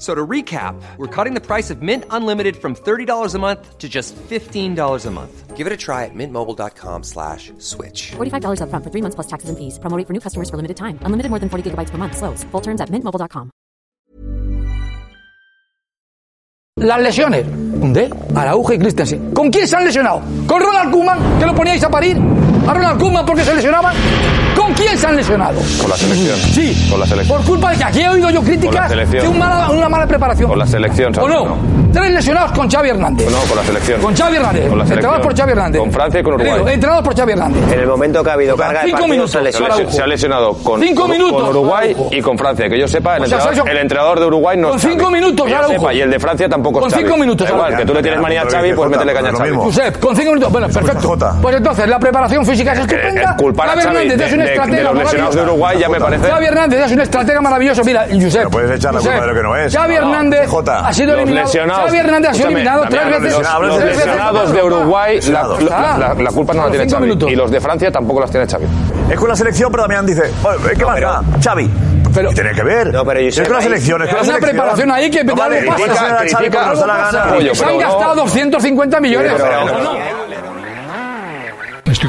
So to recap, we're cutting the price of Mint Unlimited from $30 a month to just $15 a month. Give it a try at mintmobile.com slash switch. $45 up front for three months plus taxes and fees. Promote for new customers for limited time. Unlimited more than 40 gigabytes per month. Slows. Full terms at mintmobile.com. Las lesiones. Hundé, Araujo y Christensen. ¿Con quién se han lesionado? ¿Con Ronald Koeman, que lo poníais a parir? ¿A Ronald Koeman porque se lesionaban? ¿Con quién se han lesionado? Con la selección. Sí. Con la selección. Por culpa de que aquí he oído yo Con la críticas selección. de un mala- una mala preparación. Con la selección, ¿O no? Santi, Tres lesionados con Xavi Hernández. No, con la selección. Con Xavi Hernández. Con la selección. Entrenados por Xavi Hernández. Con Francia y con Uruguay. Creo, Entrenados por Xavi Hernández. En el momento que ha habido carga de Cinco partido, minutos. se Se, ha lesiona. Araujo. lesio- se ha lesionado con, Cinco con- minutos, Pues con Uruguay Araujo. y con Francia. Que yo sepa, el, O sea, entrenador, Sergio- el entrenador de Uruguay no Con es cinco Xavi. minutos, Que yo Araujo. sepa, y el de Francia tampoco es Con Xavi. cinco minutos, Da Igual, Araujo. que tú le tienes manía a Xavi, pues métele caña a Xavi. Lo mismo. Josep, con cinco minutos. Bueno, perfecto. Jota. Pues entonces, la preparación física es estupenda. Eh, culpar a Xavi Xavi Hernández de- es un de- de estratega los lesionados maravilloso. de Uruguay, ya me parece. Xavi Hernández es un estratega maravilloso. Mira, Josep. Pero puedes echar la Josep, culpa de lo que no es. Xavi No, no, Hernández Jota. ha sido Los eliminado. lesionados- Xavi Hernández ha sido Escúchame, eliminado tres Damián, veces. los lesionados- Los tres veces. lesionados de Uruguay, la, Lesionados. la- la- la culpa no la Los tiene cinco Xavi. minutos. Y los de Francia tampoco las tiene Xavi. Es con la selección, pero Damián dice, "Oye, ¿qué más da? Xavi. Pero- Y tiene que ver. No, pero yo es sé, con la ahí- selección, es con la Hay una selección. preparación ahí que no algo vale, pasa. critica, a Xavi Critica, cuando nos da la Algo gana. pasa. Pollo, Se han pero no- gastado 250 millones. pero- ¿O no? Estoy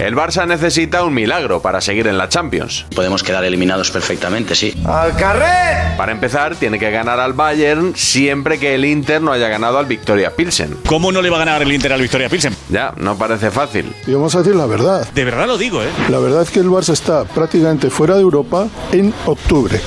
El Barça necesita un milagro para seguir en la Champions. Podemos quedar eliminados perfectamente, sí. ¡Al carrer! Para empezar, tiene que ganar al Bayern siempre que el Inter no haya ganado al Victoria Pilsen. ¿Cómo no le va a ganar el Inter al Victoria Pilsen? Ya, no parece fácil. Y vamos a decir la verdad. De verdad lo digo, ¿eh? La verdad es que el Barça está prácticamente fuera de Europa en octubre.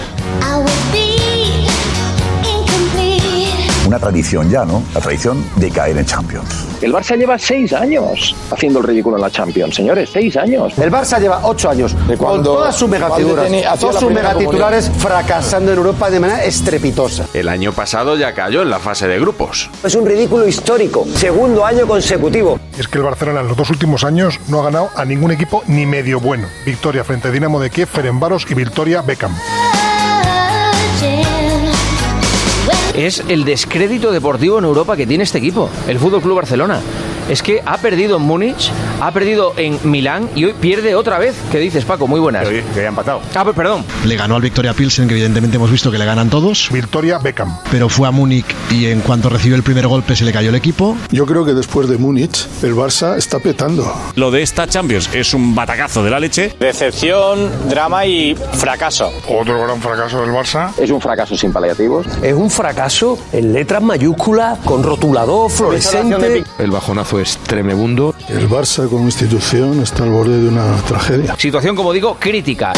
Una tradición ya, ¿no? La tradición de caer en Champions. El Barça lleva seis años haciendo el ridículo en la Champions, señores, seis años. El Barça lleva ocho años con todas sus megafiguras, todos sus megatitulares fracasando en Europa de manera estrepitosa. El año pasado ya cayó en la fase de grupos. Es un ridículo histórico. Segundo año consecutivo. Es que el Barcelona en los dos últimos años no ha ganado a ningún equipo ni medio bueno. Victoria frente a Dinamo de Kiev, Ferenbaros y Victoria Beckham. Es el descrédito deportivo en Europa que tiene este equipo, el Fútbol Club Barcelona. Es que ha perdido en Múnich, ha perdido en Milán y hoy pierde otra vez. ¿Qué dices, Paco? Muy buenas. Que haya empatado. Ah, pues perdón. Le ganó al Victoria Pilsen, que evidentemente hemos visto que le ganan todos, Victoria Beckham. pero fue a Múnich y en cuanto recibió el primer golpe se le cayó el equipo. Yo creo que después de Múnich, el Barça está petando. Lo de esta Champions es un batacazo de la leche. Decepción, drama y fracaso. Otro gran fracaso del Barça. Es un fracaso sin paliativos. Es un fracaso en letras mayúsculas, con rotulador fluorescente. El bajonazo es tremebundo. El Barça como institución está al borde de una tragedia. Situación, como digo, crítica.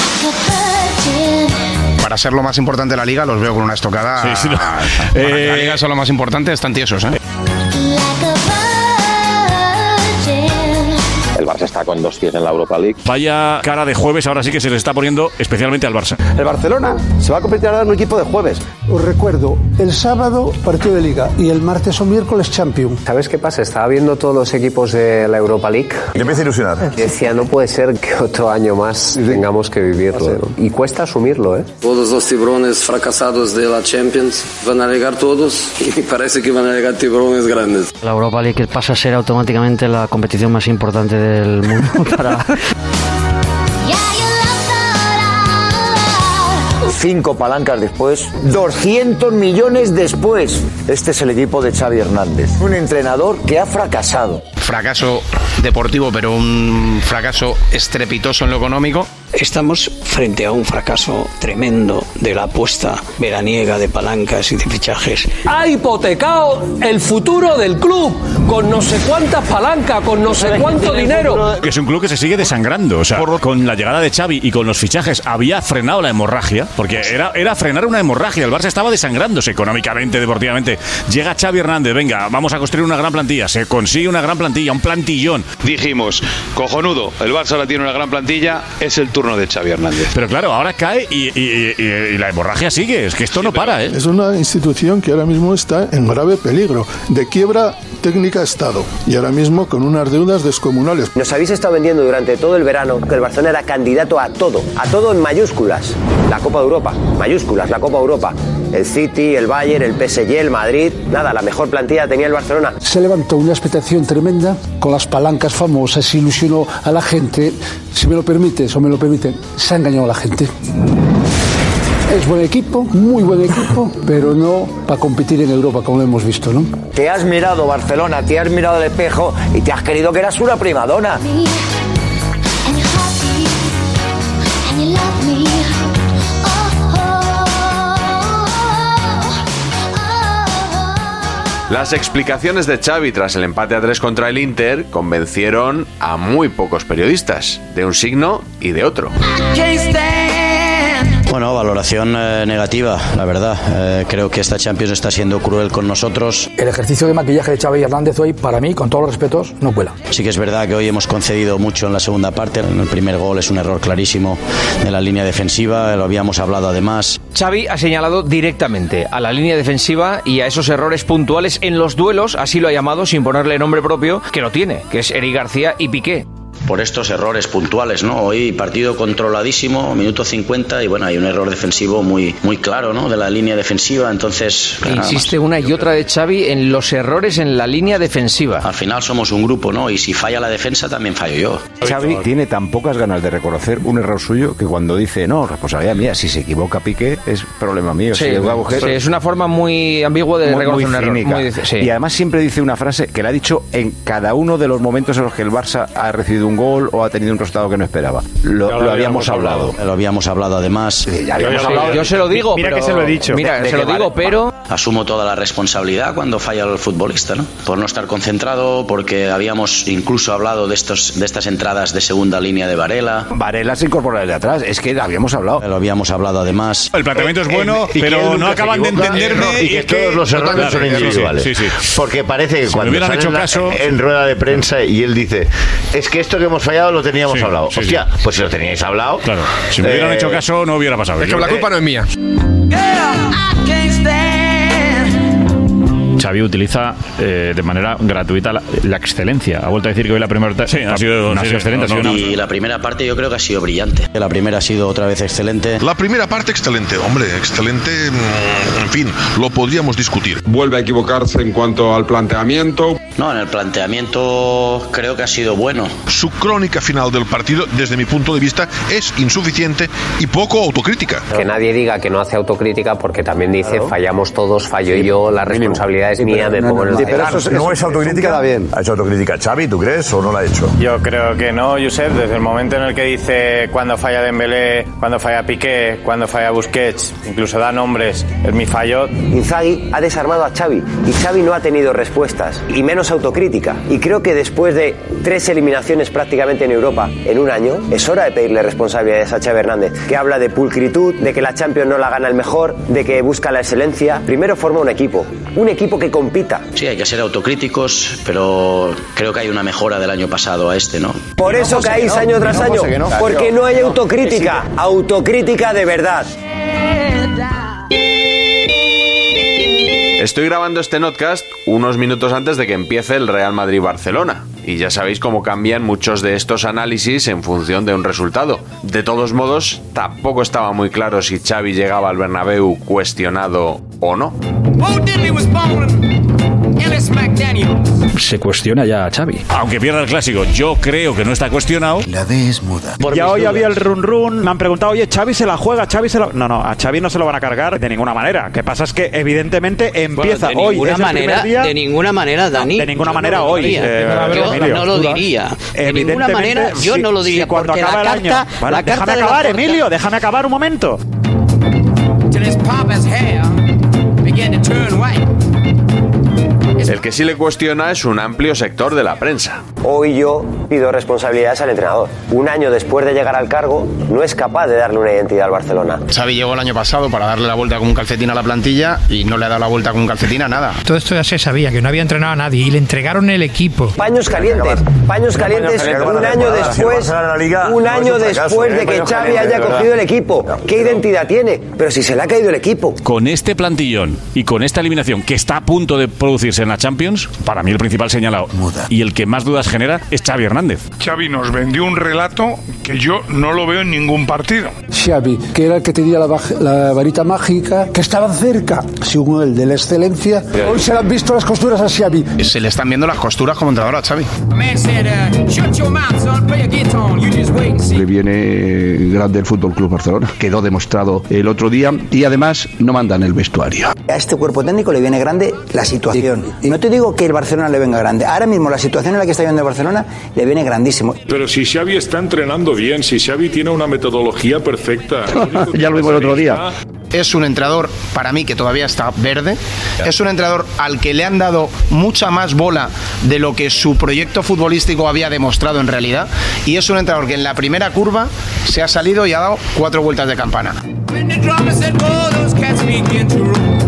Para ser lo más importante de la liga, los veo con una estocada. Sí, Eh, sí, la liga son lo más importante, están tiesos, ¿eh? El Barça está con dos pies en la Europa League. Vaya cara de jueves, ahora sí que se le está poniendo especialmente al Barça. El Barcelona se va a convertir ahora en un equipo de jueves. Os recuerdo, el sábado partido de liga y el martes o miércoles Champions. ¿Sabes qué pasa? Estaba viendo todos los equipos de la Europa League. Le empieza a ilusionar. Y Decía, no puede ser que otro año más tengamos que vivirlo. ¿no? Y cuesta asumirlo, ¿eh? Todos los tiburones fracasados de la Champions van a llegar todos y parece que van a llegar tiburones grandes. La Europa League pasa a ser automáticamente la competición más importante del mundo para, Cinco palancas después, 200 millones después. Este es el equipo de Xavi Hernández, un entrenador que ha fracasado. fracaso deportivo, pero un fracaso estrepitoso en lo económico. Estamos frente a un fracaso tremendo de la apuesta veraniega de palancas y de fichajes. Ha hipotecado el futuro del club con no sé cuántas palancas, con no sé cuánto dinero. Que es un club que se sigue desangrando. O sea, con la llegada de Xavi y con los fichajes había frenado la hemorragia. Porque Pues- era, era frenar una hemorragia. El Barça estaba desangrándose económicamente, deportivamente. Llega Xavi Hernández, venga, vamos a construir una gran plantilla. Se consigue una gran plantilla, un plantillón. Dijimos, cojonudo, el Barça ahora tiene una gran plantilla, es el turno de Xavi Hernández. Pero claro, ahora cae y, y- y- y la hemorragia sigue. Es que esto no para, ¿eh? Es una institución que ahora mismo está en grave peligro de quiebra técnica Estado y ahora mismo con unas deudas descomunales. Nos habéis estado vendiendo durante todo el verano que el Barcelona era candidato a todo, a todo en mayúsculas. La Copa de Europa, mayúsculas, la Copa de Europa. El City, el Bayern, el PSG, el Madrid, nada, la mejor plantilla tenía el Barcelona. Se levantó una expectación tremenda con las palancas famosas, se ilusionó a la gente. Si me lo permites o me lo permiten, se ha engañado a la gente. Es buen equipo, muy buen equipo, pero no para competir en Europa como hemos visto, ¿no? Te has mirado Barcelona, te has mirado al espejo y te has querido que eras una primadona. Las explicaciones de Xavi tras el empate a 3 contra el Inter convencieron a muy pocos periodistas, de un signo y de otro. Bueno, valoración eh, negativa, la verdad. Eh, creo que esta Champions está siendo cruel con nosotros. El ejercicio de maquillaje de Xavi Hernández hoy, para mí, con todos los respetos, no cuela. Sí que es verdad que hoy hemos concedido mucho en la segunda parte. En el primer gol es un error clarísimo de la línea defensiva, eh, lo habíamos hablado además. Xavi ha señalado directamente a la línea defensiva y a esos errores puntuales en los duelos, así lo ha llamado sin ponerle nombre propio, que lo tiene, que es Eric García y Piqué. Por estos errores puntuales, ¿no? Hoy partido controladísimo, minuto 50 y bueno, hay un error defensivo muy, muy claro, ¿no? De la línea defensiva, entonces... E nada más. insiste una y otra de Xavi en los errores en la línea defensiva. Al final somos un grupo, ¿no? Y si falla la defensa, también fallo yo. Xavi tiene tan pocas ganas de reconocer un error suyo que cuando dice, no, responsabilidad mía, si se equivoca Piqué, es problema mío. Sí, si yo hago sí, gesto- es una forma muy ambigua de muy, muy reconocer un error. cínica. muy dice- sí. Y además siempre dice una frase que la ha dicho en cada uno de los momentos en los que el Barça ha recibido un gol o ha tenido un resultado que no esperaba. Lo, Ya lo habíamos hablado. Lo habíamos hablado además. habíamos Sí, hablado. yo se lo digo, Mira que pero- se lo he dicho. mira, se lo digo, pero- Asumo toda la responsabilidad cuando falla el futbolista, ¿no? Por no estar concentrado, porque habíamos incluso hablado de, estos, de estas entradas de segunda línea de Varela. Varela se incorpora desde atrás, es que lo habíamos hablado. Lo habíamos hablado además. El planteamiento es bueno, Y que él pero no nunca acaban de se equivoca. entenderme. y que todos los errores Claro, son sí, sí, individuales. sí, sí. Porque parece que Si me cuando hubieran sale hecho en la- caso- en rueda de prensa y él dice, es que esto que hemos fallado lo teníamos Sí, hablado. sí, Hostia, pues si lo teníais hablado. Claro, Si me hubieran Eh. hecho caso, no hubiera pasado. Yo- no es mía. Xavi utiliza eh, de manera gratuita la, la excelencia. Ha vuelto a decir que hoy la primera parte ha sido, excelente. ha sido una- Y la primera parte yo creo que ha sido brillante. La primera ha sido otra vez excelente. La primera parte excelente, hombre, excelente, mm, en fin, lo podríamos discutir. Vuelve a equivocarse en cuanto al planteamiento. No, en el planteamiento creo que ha sido bueno. Su crónica final del partido, desde mi punto de vista, es insuficiente y poco autocrítica. Que nadie diga que no hace autocrítica porque también dice fallamos todos, fallo yo, la responsabilidad es mía, me pongo en el Claro, no es autocrítica. ¿Ha hecho autocrítica Xavi, tú crees, o no la ha hecho? Yo creo que no, Josep, desde el momento en el que dice cuando falla Dembélé, cuando falla Piqué, cuando falla Busquets, incluso da nombres, es mi fallo. Inzaghi ha desarmado a Xavi y Xavi no ha tenido respuestas y menos autocrítica. Y creo que después de tres eliminaciones prácticamente en Europa en un año, es hora de pedirle responsabilidades a Xavi Hernández, que habla de pulcritud, de que la Champions no la gana el mejor, de que busca la excelencia. Primero forma un equipo, un equipo que compita. Sí, hay que ser autocríticos, pero creo que hay una mejora del año pasado a este, ¿no? Por eso José, caéis que no. año No, tras José, año, que no. porque no hay No, autocrítica, autocrítica de verdad. Estoy grabando este podcast unos minutos antes de que empiece el Real Madrid-Barcelona. Y ya sabéis cómo cambian muchos de estos análisis en función de un resultado. De todos modos, tampoco estaba muy claro si Xavi llegaba al Bernabéu cuestionado o no. Bo Diddley was bowling. Ellis McDaniel. Se cuestiona ya a Xavi. Aunque pierda el clásico, yo creo que no está cuestionado. La D es muda. ya hoy había el run run, me han preguntado, oye, Xavi se la juega, Xavi se la... No, no, a Xavi no se lo van a cargar de ninguna manera. Que pasa es que evidentemente empieza de hoy. ninguna es el primer manera, día- de ninguna manera, Dani. De ninguna Yo manera no lo hoy. diría. eh, yo Emilio. no lo diría. De ninguna Evidentemente, manera, yo si- no lo si diría. cuando porque acaba la el año- carta, Vale, la carta déjame de la acabar, puerta- Emilio, déjame acabar un momento. Till his papa's hair began to turn white. El que sí le cuestiona es un amplio sector de la prensa. Hoy yo pido responsabilidades al entrenador. Un año después de llegar al cargo, no es capaz de darle una identidad al Barcelona. Xavi llegó el año pasado para darle la vuelta con un calcetín a la plantilla y no le ha dado la vuelta con un calcetín a nada. Todo esto ya se sabía, que no había entrenado a nadie y le entregaron el equipo. Paños calientes, paños calientes, un año después, un año después de que Xavi haya cogido el equipo. ¿Qué identidad tiene? Pero si se le ha caído el equipo. Con este plantillón y con esta eliminación que está a punto de producirse en la Champions, para mí el principal señalado y el que más dudas genera es Xavi Hernández. Xavi nos vendió un relato que yo no lo veo en ningún partido. Xavi, que era el que tenía la, baj- la varita mágica, que estaban cerca, según él, de la excelencia. Hoy se le han visto las costuras a Xavi. Se le están viendo las costuras como entrenador a Xavi. A man said, uh, shut your mouth, son, play a guitar, you just wait and see. Le viene eh, grande el Fútbol Club Barcelona. Quedó demostrado el otro día y además no mandan el vestuario. A este cuerpo técnico le viene grande la situación. No te digo que el Barcelona le venga grande. Ahora mismo la situación en la que está viviendo el Barcelona le viene grandísimo. Pero si Xavi está entrenando bien, si Xavi tiene una metodología perfecta. ya lo digo el otro día. Es un entrenador, para mí, que todavía está verde. Es un entrenador al que le han dado mucha más bola de lo que su proyecto futbolístico había demostrado en realidad. Y es un entrenador que en la primera curva se ha salido y ha dado cuatro vueltas de campana. When the drummer said, oh, those cats begin to roll.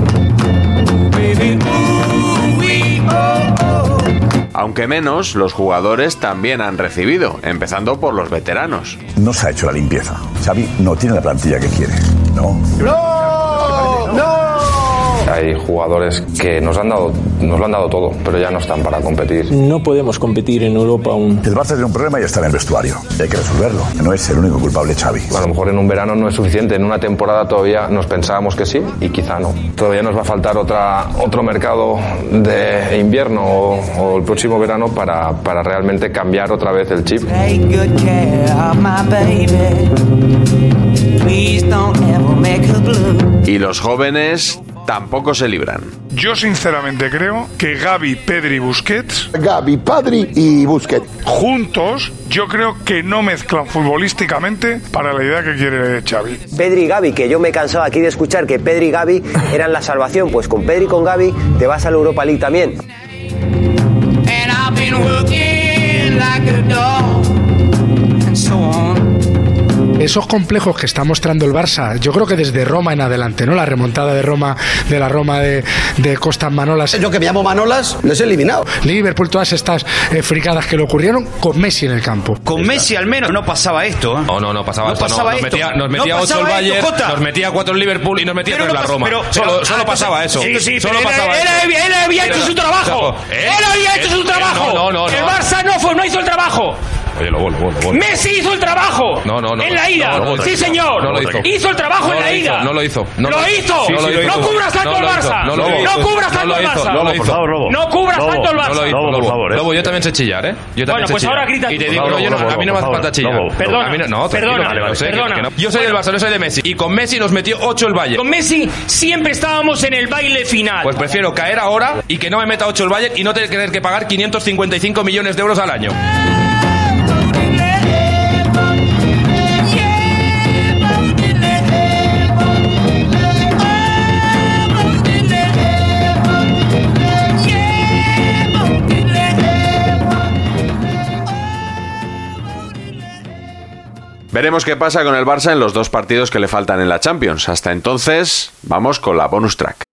Baby, ooh, we, oh, oh. Aunque menos, los jugadores también han recibido, empezando por los veteranos. No se ha hecho la limpieza. Xavi no tiene la plantilla que quiere. No. Hay jugadores que nos han dado, nos lo han dado todo, pero ya no están para competir. No podemos competir en Europa aún. El Barça tiene un problema y está en el vestuario. Y hay que resolverlo. No es el único culpable Xavi. A lo mejor en un verano no es suficiente, en una temporada todavía nos pensábamos que sí y quizá no. Todavía nos va a faltar otra, otro mercado de invierno o, o el próximo verano para, para realmente cambiar otra vez el chip. Take good care of my baby. Please don't ever make her blue. Y los jóvenes tampoco se libran. Yo sinceramente creo que Gaby, Pedri y Busquets. Gaby, Padri y Busquets. Juntos, yo creo que no mezclan futbolísticamente para la idea que quiere Xavi. Pedri y Gaby, que yo me he cansado aquí de escuchar que Pedri y Gaby eran la salvación. Pues con Pedri y con Gaby te vas a la Europa League también. And I've been working like a dog. And so on. Esos complejos que está mostrando el Barça, yo creo que desde Roma en adelante, ¿no? La remontada de Roma, de la Roma de, de Costas Manolas. Yo que me llamo Manolas, les he eliminado. Liverpool, todas estas eh, fricadas que le ocurrieron con Messi en el campo. Con Messi al menos no pasaba esto. ¿eh? No, no, no pasaba No esto. no. pasaba nos, esto. Metía, nos No metía 8 el pasaba esto, Bayern, Jota. nos metía 4 el Liverpool y nos metía Pero 3 no la pas- Roma. pero- pero- solo ah, solo entonces- pasaba eso. Sí, sí, solo pero él- pasaba él eso. había- él había hecho Era- su trabajo. Él- Él había hecho su él- trabajo. No, no, no. El no. Barça no fue- no hizo el trabajo. Oye, lo vuelvo, lo vuelvo. Messi hizo el trabajo. No, no, no. En la ida. No, no, sí, tranquilo. señor. No lo hizo. el trabajo No en la lo hizo, ida. no lo hizo. No lo hizo. Sí, sí, lo hizo. No cubras tanto No al lo hizo, Barça. no lo hizo. No cubras No tanto lo al hizo, Barça. no lo hizo. No cubras tanto al No lo Barça. hizo, Lobo. eh. Lobo, yo también sé chillar, ¿eh? Yo también Bueno, sé pues chillar. ahora grita Y te tú. digo, Lobo, yo no- Lobo, a mí no me hace Lobo, falta Lobo, chillar. Lobo. Perdona, A mí no, no, tranquilo, perdona, vale, vale, sé que- perdona. que no. Yo soy del Barça, no soy de Messi. Y con Messi nos metió 8 el Valle. Con Messi siempre estábamos en el baile final. Pues prefiero caer ahora y que no me meta 8 el Bayern y no tener que pagar 555 millones de euros al año. Veremos qué pasa con el Barça en los dos partidos que le faltan en la Champions. Hasta entonces, vamos con la bonus track.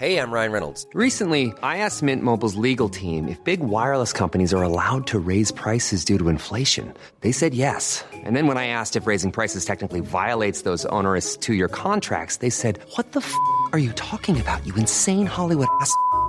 Hey, I'm Ryan Reynolds. Recently, I asked Mint Mobile's legal team if big wireless companies are allowed to raise prices due to inflation. They said yes. And then when I asked if raising prices technically violates those onerous two year contracts, they said, What the f are you talking about, you insane Hollywood ass? f-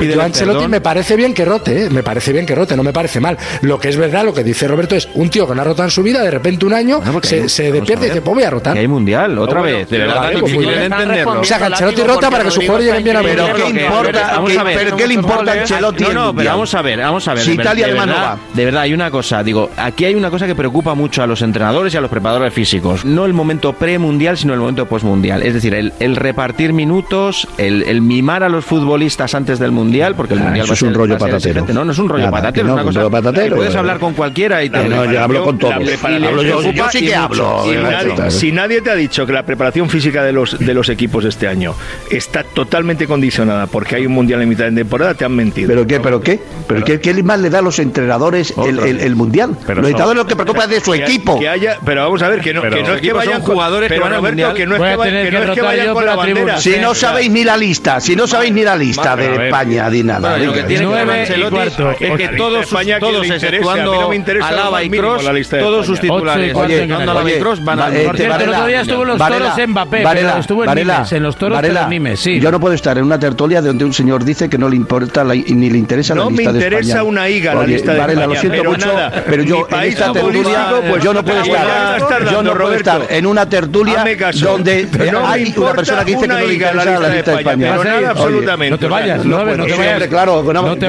Y de Ancelotti me parece bien que rote, ¿eh? me parece bien que rote, no me parece mal. Lo que es verdad, lo que dice Roberto es un tío que no ha rotado en su vida, de repente un año se, se despierta y dice, pues voy a rotar. Que hay mundial, otra bueno, vez. De claro, verdad, pues difícil muy bien. de entenderlo. O sea, que Ancelotti pues, rota para que sus jugadores lleguen bien a Pero Madrid. ¿qué importa? ¿Qué- pero qué le importa a Ancelotti? No, no, pero vamos a ver, vamos a ver. Si de ver- Italia de además no verdad, va. De verdad, hay una cosa. Digo, aquí hay una cosa que preocupa mucho a los entrenadores y a los preparadores físicos. No el momento premundial, sino el momento postmundial. Es decir, el, el repartir minutos, el, el mimar a los futbolistas antes del mundial, porque el Ah, mundial eso va a es un ser- rollo va a ser patatero. exigente. No, no es un rollo Nada, patatero. que es no, una un cosa, rollo patatero, Puedes eh. hablar con cualquiera y No, te no, yo hablo con todos. Hablo yo- yo sí que hablo, Si eh, nadie, Nacho. si nadie te ha dicho que la preparación física de los, de los equipos este año está totalmente condicionada porque hay un mundial en mitad de temporada, te han mentido. ¿Pero qué? ¿Pero qué? ¿Pero qué, qué más le da a los entrenadores el, el- el mundial? los entrenadores lo que preocupa es de su Que- equipo. que haya- pero vamos a ver, que no, Pero que no los es que equipos vayan son jugadores que pero van al Roberto, Mundial. que no es Voy que, a va- que tener que no es que rotar vayan yo con la para bandera. tribuna. Si no sabéis ni la lista, si no sabéis ni la lista madre, a de ver. España, ni nada. Bueno, lo que venga. tiene que ver Ancelotti es que todos, sus- España, ¿a quién todos le interesa? A mí no exceptuando me interesa a lo Lava más y mínimo Cross, la lista de todos España. sus titulares. Ocho y cuarto en exceptuando a Lava Canarias. y Cross van Va- a eh, Por cierto, el otro día estuvo en los Varela, toros Mbappé, pero Varela, estuvo en Varela, Nimes, en los toros Varela, pero en Nimes, sí. Yo no puedo estar en una tertulia donde un señor dice que no le importa la- ni le interesa No la me lista de España. interesa una higa la Oye, lista de Varela, España, lo siento pero mucho, nada. pero Mi yo en país esta tertulia futbolístico, pues, yo no puedo otra higa estar, estás yo no dando, puedo Roberto. estar en una tertulia Hazme caso. donde eh, Pero no me hay una importa persona que dice que una no le higa interesa la lista de España. pero nada, Oye, absolutamente. no te vayas, O sea, no, no puedo. Sí, te vayas. hombre, No te yo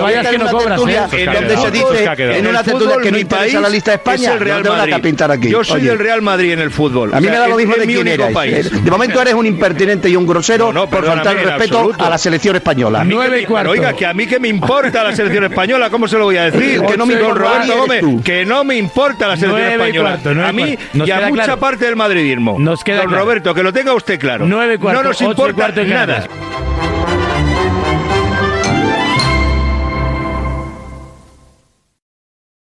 vayas, estar que en no una cobras, tertulia ¿eh? Eso se donde ha se quedado. Eso se ha dice quedado. en En una el fútbol, tertulia que no mi interesa país la lista de España. es el Real no te van a Madrid. pintar aquí. Yo soy Oye. del Real Madrid en el fútbol. A mí me da lo mismo de quién eres. Eh, De momento eres un impertinente y un grosero por perdóname, faltar el en respeto absoluto. a la selección española. A mí que me- pero Oiga, que a mí que me importa la selección española, ¿cómo se lo voy a decir? Que no me Don importa, Roberto eres Gómez, tú. que no me importa la selección Nueve y española. cuarto, nueve a y mí cuarto. Nos y a queda mucha claro. parte del madridismo. Nos queda Don claro. Roberto, que lo tenga usted claro. Nueve y cuarto, no nos ocho y importa cuarto en nada. Canarias.